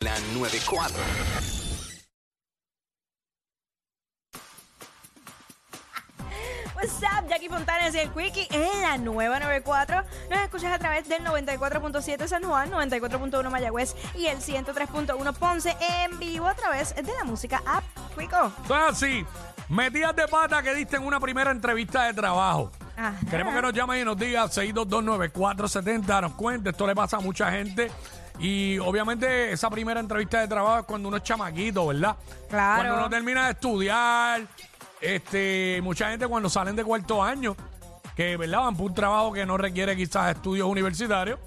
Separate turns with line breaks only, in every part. La 94.
What's up, Jackie Fontanes y el Quickie en la nueva 94. Nos escuchas a través del 94.7 San Juan, 94.1 Mayagüez y el 103.1 Ponce en vivo a través de la música app Quico.
Eso es así. Metidas de pata que diste en una primera entrevista de trabajo.
Ajá.
Queremos que nos llamen y nos digas 6229470, nos cuente. Esto le pasa a mucha gente. Y obviamente esa primera entrevista de trabajo es cuando uno es chamaquito, ¿verdad?
Claro.
Cuando uno termina de estudiar. Este, mucha gente cuando salen de cuarto año, que verdad, van por un trabajo que no requiere quizás estudios universitarios.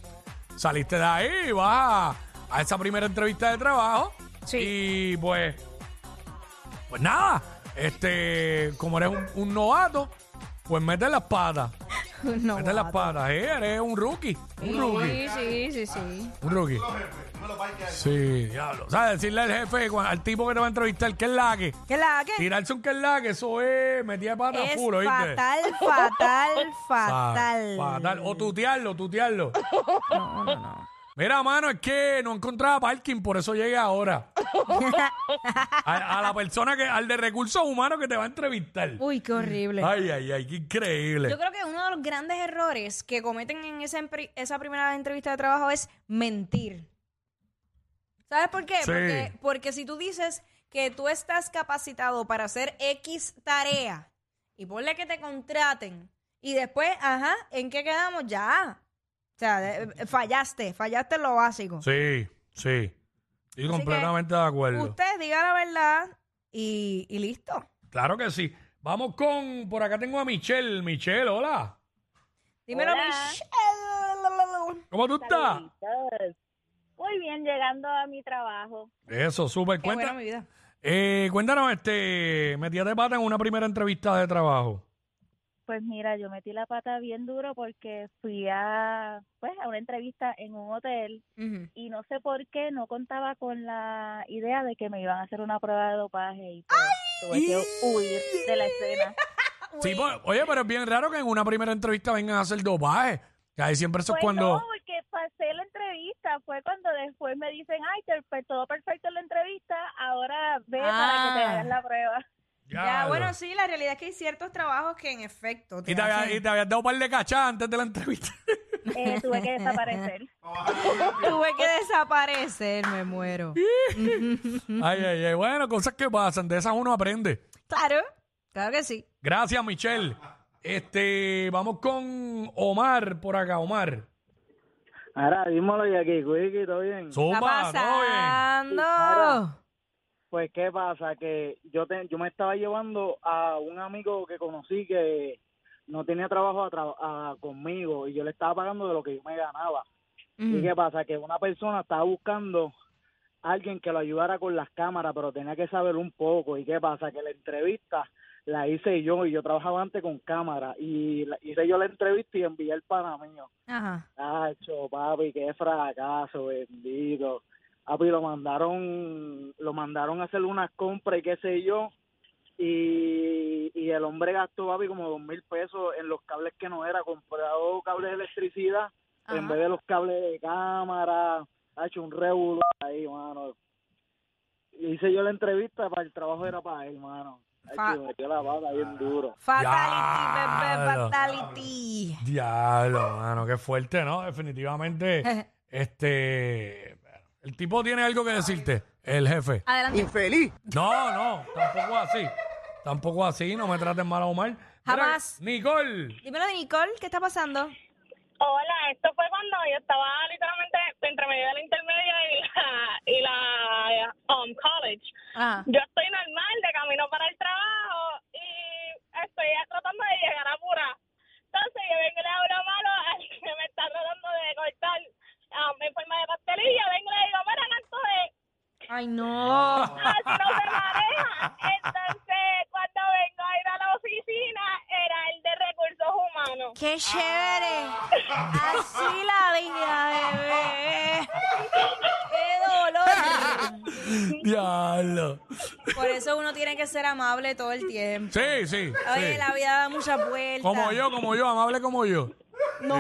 Saliste de ahí, y vas a, a esa primera entrevista de trabajo.
Sí.
Y pues pues nada, este, como eres un, un novato, pues mete las patas.
No,
Mete las patas, eh, eres un rookie. Un rookie.
sí, sí, sí, sí.
Un rookie. Sí, diablo. O sea, decirle al jefe, cua- al tipo que te va a entrevistar, que es la que.
¿Qué la que?
Tirarse un que es la que, eso es, metía de pata
Es
full, ¿oíste?
fatal, fatal,
Fa-
fatal.
fatal. O tutearlo, tutearlo. Mira, mano, es que no encontraba parking, por eso llegué ahora. A, a la persona que, al de recursos humanos que te va a entrevistar.
Uy, qué horrible.
Ay, ay, ay, qué increíble.
Yo creo que uno de los grandes errores que cometen en esa, empri- esa primera entrevista de trabajo es mentir. ¿Sabes por qué?
Sí.
Porque, porque si tú dices que tú estás capacitado para hacer X tarea y ponle que te contraten y después, ajá, ¿en qué quedamos? Ya. O sea, de- eh, fallaste, fallaste en lo básico.
Sí, sí. Estoy completamente de acuerdo.
Usted diga la verdad y, y listo.
Claro que sí. Vamos con, por acá tengo a Michelle. Michelle, hola.
Dímelo,
Hola.
Michelle.
¿Cómo tú estás?
Saluditos. Muy bien, llegando a mi trabajo.
Eso, súper.
Qué bueno,
Cuenta,
mi vida.
eh, cuéntanos, este, metí de pata en una primera entrevista de trabajo.
Pues mira, yo metí la pata bien duro porque fui a, pues, a una entrevista en un hotel
Ujú.
y no sé por qué no contaba con la idea de que me iban a hacer una prueba de dopaje y pues, tuve que huir de la escena.
Sí, pues, oye, pero es bien raro que en una primera entrevista vengan a hacer dopaje. Que ahí siempre eso es
Pues
cuando...
no, porque pasé la entrevista, fue cuando después me dicen, ay, te- pues, todo perfecto en la entrevista, ahora ve para que te
Ah.
hagas la prueba.
Ya,
Diablo.
bueno, sí, la realidad es que hay ciertos trabajos que en efecto te
y, te
hacen-
había- y te habías dado un par de cachas antes de la entrevista.
Eh, tuve que desaparecer.
tuve que desaparecer, me muero.
ay, ay, ay. Bueno, cosas que pasan. De esas uno aprende.
claro, claro que sí.
Gracias, Michelle. Este, vamos con Omar por acá, Omar.
Ahora, dímoslo y aquí, Quickie, ¿todo bien?
Zumba,
Está
todo bien.
pasando.
Pues, ¿qué pasa? Que yo te- yo me estaba llevando a un amigo que conocí que no tenía trabajo a tra- a- conmigo y yo le estaba pagando de lo que yo me ganaba.
Mm.
¿Y qué pasa? Que una persona estaba buscando a alguien que lo ayudara con las cámaras, pero tenía que saber un poco. ¿Y qué pasa? Que la entrevista la hice yo y yo trabajaba antes con cámara y la- hice yo la entrevista y envié el pana mío.
Ajá.
Tacho, papi, qué fracaso, bendito. Papi, lo mandaron, lo mandaron a hacer unas compras y qué sé yo. Y, y el hombre gastó, papi, como dos mil pesos en los cables que no era. Comprado cables de electricidad en
Ajá.
vez de los cables de cámara. Ha hecho un revuelo ahí, mano. Hice yo la entrevista, para el trabajo era para él, mano.
Fa-
Tacho, me metió la pata bien duro.
Diablo.
Fatality, bebé, fatality.
Diablo, mano, qué fuerte, ¿no? Definitivamente, este, el tipo tiene algo que decirte, el jefe.
Adelante.
No, no, tampoco así, tampoco así, no me traten mal a Omar. Mira,
Jamás.
Nicole,
Dímelo de Nicole, ¿qué está pasando?
Hola, esto fue cuando yo estaba literalmente entre medio de la intermedia y la, y la um, college.
Ajá.
Yo estoy normal de camino para el trabajo y estoy ya tratando de llegar a pura. Entonces yo vengo y le hablo malo al que me está tratando de cortar um, en forma de pastelilla. Vengo y le digo, mira, Nanto, de
Ay, no.
así no se maneja. Entonces, cuando vengo a ir a la oficina, era el de recursos humanos.
¡Qué chévere! Así la vida, bebé. ¡Qué dolor!
Diablo.
Por eso uno tiene que ser amable todo el tiempo.
Sí, sí.
Oye,
sí.
la vida da muchas vueltas.
Como yo, como yo, amable como yo.
No.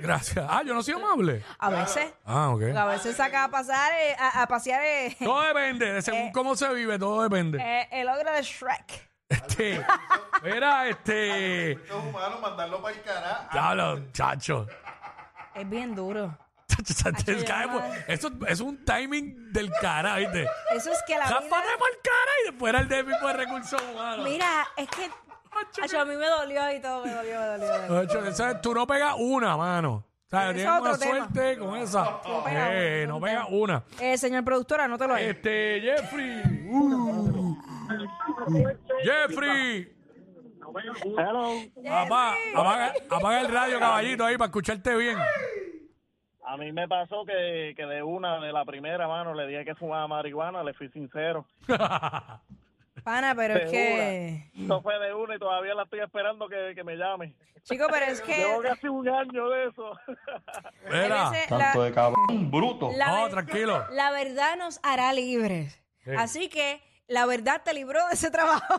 Gracias. Ah, yo no soy amable.
A veces.
Ah, ok.
A veces saca a pasar, eh, a, a pasear eh,
Todo depende, de según cómo se vive, todo depende.
eh, el ogro de Shrek.
Este, mira, este.
Estos humanos mandarlo para el carajo.
Diablo, chacho.
Es bien duro.
Chacho, chacho,
Ay, yo
cae
no.
por- Eso es un timing del cara, ¿viste?
Eso es que la
Zafate
vida...
por cara y después era el pues, de tipo de recursos humanos.
Mira, es que... Acho, a mí me dolió y todo, me dolió, me dolió. me dolió.
Chacho, esa- tú no pegas una, mano. O sea,
Ese
tienes
es
una
otro tema.
suerte con esa.
no pegas una,
Eh,
ese es
no
un
pegas
tema.
una.
Eh, señor productora, no te lo hagas.
Este, Jeffrey. Uh. Jeffrey.
Hello.
Papá, apaga, apaga el radio, caballito, ahí para escucharte bien.
A mí me pasó que, que de una, de la primera mano, le dije que fumaba marihuana, le fui sincero.
Eh,
Pana, pero es que...
Eso fue de una y todavía la estoy esperando que, que me llame.
Chico, pero es que...
Llevo casi un año de eso.
hay
Mira.
veces la-
Tanto de cabrón bruto.
la
No,
ver-
tranquilo.
La verdad nos hará libres. Así que la verdad te libró de ese trabajo.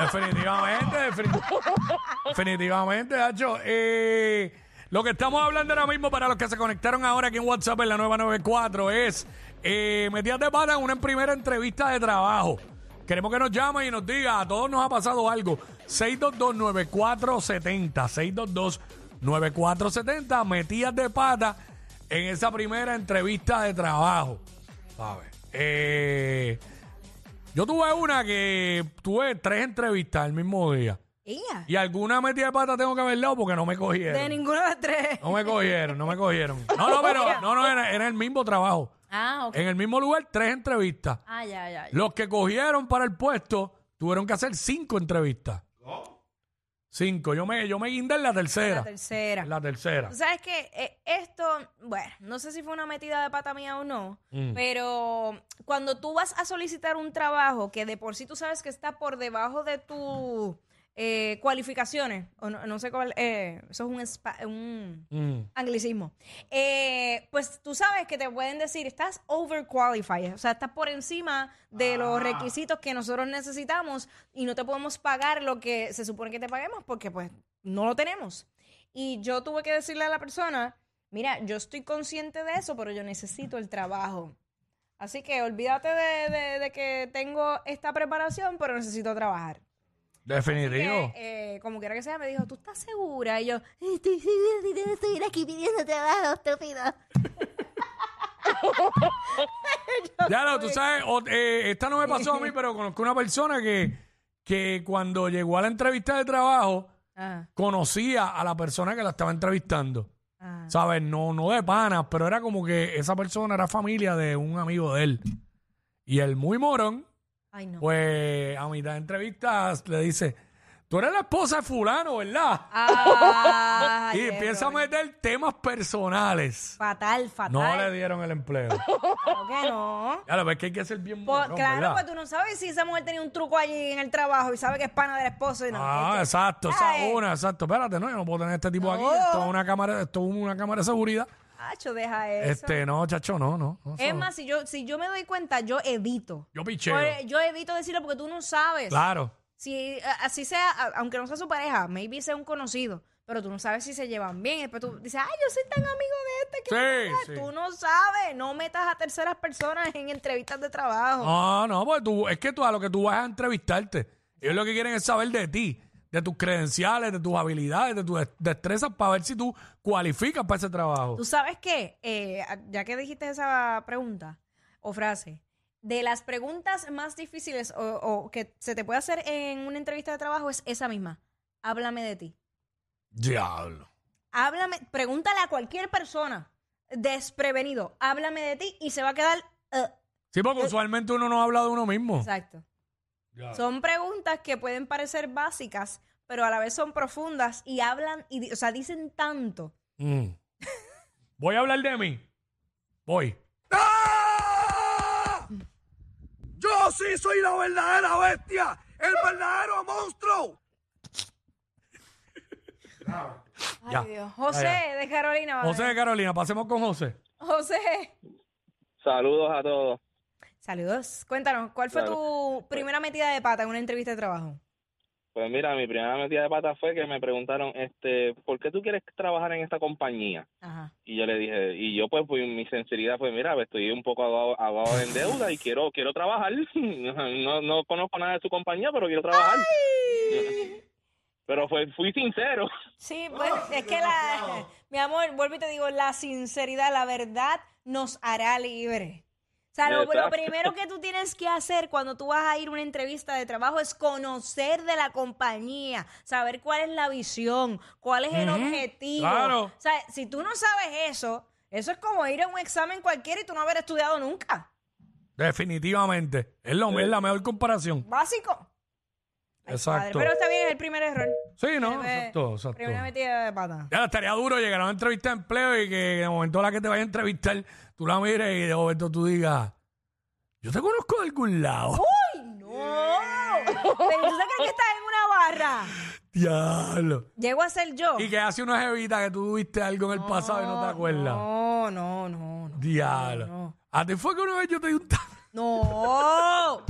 Definitivamente, defini- definitivamente, Hacho. Eh, lo que estamos hablando ahora mismo para los que se conectaron ahora aquí en WhatsApp en la nueva 94 es eh, metidas de pata en una primera entrevista de trabajo. Queremos que nos llame y nos diga, a todos nos ha pasado algo. 622-9470, 622-9470, metidas de pata en esa primera entrevista de trabajo. ¿Sabes? Eh, yo tuve una que tuve tres entrevistas el mismo día.
Ella.
Y alguna metida de pata tengo que haber dado porque no me
De
cogieron.
ninguno de los tres.
No me cogieron, no me cogieron. No, no, pero no, no, era, era el mismo trabajo.
Ah, ok.
En el mismo lugar, tres entrevistas.
Ah, ya, ya. ya.
Los que cogieron para el puesto tuvieron que hacer cinco entrevistas. Cinco. Yo me, yo me guindé en la tercera.
La tercera.
En la tercera.
Tú sabes que eh, esto, bueno, no sé si fue una metida de pata mía o no,
Mm.
pero cuando tú vas a solicitar un trabajo que de por sí tú sabes que está por debajo de tus eh, cualificaciones, o no, no sé cuál, eh, eso es un, spa- un
Mm.
anglicismo, eh, pues tú sabes que te pueden decir, estás overqualified, o sea, estás por encima de los requisitos que nosotros necesitamos y no te podemos pagar lo que se supone que te paguemos porque pues no lo tenemos. Y yo tuve que decirle a la persona, mira, yo estoy consciente de eso, pero yo necesito el trabajo. Así que olvídate de, de- de que tengo esta preparación, pero necesito trabajar.
Definitivo.
Eh, eh, como quiera que sea, me dijo, ¿tú estás segura? Y yo, estoy segura si debo seguir aquí pidiendo trabajo, estúpido.
Ya lo, tú sabes, o- eh, esta no me pasó a mí, pero conozco una persona que, que cuando llegó a la entrevista de trabajo,
Ajá,
conocía a la persona que la estaba entrevistando.
ajá.
¿Sabes? No, no de panas, pero era como que esa persona era familia de un amigo de él. Y el muy morón,
Ay, no.
pues a mitad de entrevistas le dice, tú eres la esposa de fulano, ¿verdad?
Ah,
y empieza a
error.
meter temas personales.
Fatal, fatal.
No le dieron el empleo.
Claro que no.
Ya lo ves que hay que ser bien
Pues,
morón,
claro,
¿verdad?
pues tú no sabes si esa mujer tenía un truco allí en el trabajo y sabe que es pana del esposo y no. este,
Ah,
Esto-
exacto, esa
Ay.
una, exacto. Espérate, no, yo no puedo tener este tipo aquí.
No.
Esto es una cámara, esto es una cámara de seguridad.
Acho, deja eso.
Este, no, chacho, no, no. no,
es
eso-
más, si yo, si yo me doy cuenta, yo evito.
yo picheo.
Por- yo evito decirlo porque tú no sabes.
Claro.
Si eh, así sea, a- aunque no sea su pareja, maybe sea un conocido, pero tú no sabes si se llevan bien. Y Después tú dices, ay, yo soy tan amigo de este que
Sí,
Ah,
sí.
tú no sabes. No metas a terceras personas en entrevistas de trabajo.
No, no, pues tú, es que tú a lo que tú vas a entrevistarte. Ellos lo que quieren es saber de ti, de tus credenciales, de tus habilidades, de tus des- destrezas, para ver si tú cualificas para ese trabajo.
¿Tú sabes qué? Eh, ya que dijiste esa pregunta o frase, de las preguntas más difíciles o, o que se te puede hacer en una entrevista de trabajo es esa misma. Háblame de ti.
Diablo.
Háblame, pregúntale a cualquier persona desprevenido, háblame de ti y se va a quedar... "Eh".
Sí, porque usualmente uno no habla de uno mismo.
Exacto.
Diablo.
Son preguntas que pueden parecer básicas, pero a la vez son profundas y hablan, y, di- o sea, dicen tanto.
Mm. Voy a hablar de mí. Voy.
¡Ah! Yo sí soy la verdadera bestia, el verdadero monstruo.
Ay,
Ya.
Dios. José
Ya,
de Carolina. va a
José
ver.
de Carolina, pasemos con José.
José.
Saludos a todos.
Saludos. Cuéntanos, ¿cuál fue tu primera metida de pata en una entrevista de trabajo?
Pues mira, mi primera metida de pata fue que me preguntaron, este, ¿por qué tú quieres trabajar en esta compañía?
Ajá.
Y yo le dije, y yo pues, pues, mi sinceridad fue, mira, pues, estoy un poco abajo, abajo en deuda y quiero quiero trabajar. No, no conozco nada de su compañía, pero quiero trabajar. Pero fue, fui sincero.
Sí, pues es que la. Mi amor, vuelvo y te digo, la sinceridad, la verdad nos hará libre. O sea, lo, lo
Exacto.
primero que tú tienes que hacer cuando tú vas a ir a una entrevista de trabajo es conocer de la compañía, saber cuál es la visión, cuál es el objetivo.
claro.
O sea, si tú no sabes eso, eso es como ir a un examen cualquiera y tú no haber estudiado nunca.
Definitivamente. Es, lo, es la mejor comparación.
Básico. Ay, padre,
Exacto.
Pero está bien, es el primer error.
Sí, ¿no?
Primer-
Exacto, exacto.
Primera metida de pata.
Ya, estaría duro llegar a una entrevista de empleo y que de momento la que te vaya a entrevistar, tú la mires y de momento tú digas, yo te conozco de algún lado.
¡Ay, no! Pero tú sabes que estás en una barra.
Diablo.
Llego a ser yo.
Y que hace una jevita que tú tuviste algo en el pasado y no te acuerdas.
No, no, no, no.
Diablo.
No.
A ti fue que una vez yo te di un ta-
No.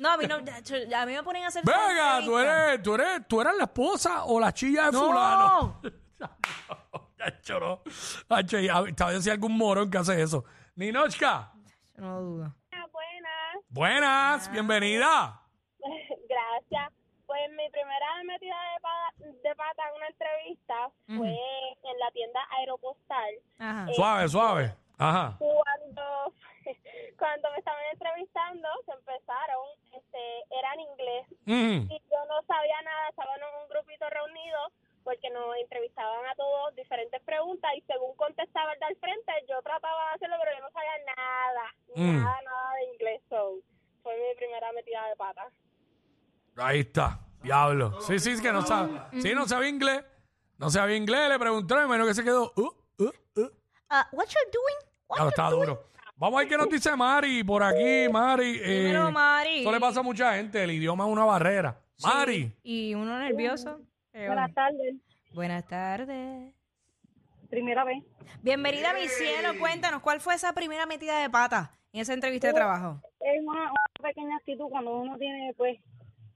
No, a mí no. ya, yo- ya, A mí me ponen a hacer.
Venga,
entrevistas.
tú eres, tú eres, tú eras la esposa o la chilla de
No.
fulano. Hacho, no. Hacho, y a- Estaba yo si algún morón que hace eso. Ninochka,
Yo No lo dudo.
Buenas.
buenas, bienvenida.
Gracias. Pues mi primera metida de pata, de pata en una entrevista fue en la tienda Aeropostal.
Ajá.
Suave, suave. Ajá.
Cuando, cuando me estaban entrevistando, se empezaron, este, era en inglés
Mm.
y yo no sabía nada, estaban en un grupito reunido porque nos entrevistaban a todos diferentes preguntas y según contestaba el de al frente, yo trataba de hacerlo, pero yo no sabía nada,
Mm.
nada, nada de inglés. So, fue mi primera metida de pata.
Ahí está, diablo. Sí, sí, es que no sabía. Sí, no sabía inglés. No sabía inglés, le preguntaron, menos que se quedó. Uh, uh, uh.
Ah, what you doing? What
Claro,
you
está
doing?
duro. Vamos a ver qué nos dice Mari por aquí, Mari. eh,
Dímelo, Mari.
Eso le pasa a mucha gente, el idioma es una barrera. Mari.
Y uno nervioso. Pero
Buenas tardes.
Buenas tardes.
Primera vez.
Bienvenida a mi cielo. Cuéntanos, ¿cuál fue esa primera metida de pata en esa entrevista de trabajo?
Es una, una pequeña actitud cuando uno tiene, pues,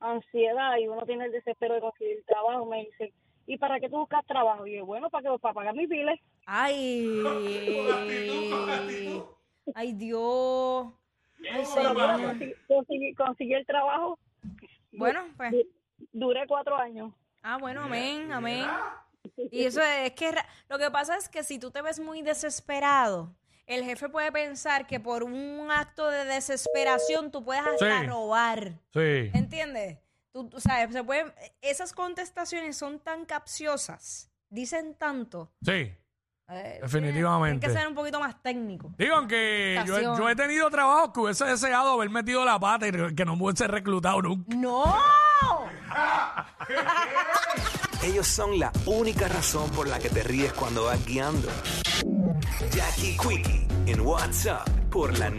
ansiedad y uno tiene el desespero de conseguir trabajo. Me dicen, ¿y para qué tú buscas trabajo? Y yo, bueno, para que para pagar mis biles.
Ay. Ay, Dios. Ay,
Pero mira,
señor.
consi- conseguí, conseguí el trabajo,
Bueno, pues.
duré cuatro años.
Ah, bueno, amén, amén. Y eso es, es que ra- lo que pasa es que si tú te ves muy desesperado, el jefe puede pensar que por un acto de desesperación tú puedes hasta
Sí.
robar.
Sí.
¿Entiendes? Tú, tú sabes, se pueden, esas contestaciones son tan capciosas, dicen tanto.
Sí.
Eh, Hay que
Definitivamente.
ser un poquito más técnico.
Digo, aunque yo,
Estación.
yo he tenido trabajos que hubiese deseado haber metido la pata y que no me hubiese reclutado nunca.
¡No!
Ellos son la única razón por la que te ríes cuando vas guiando. Jackie Quickie en WhatsApp por la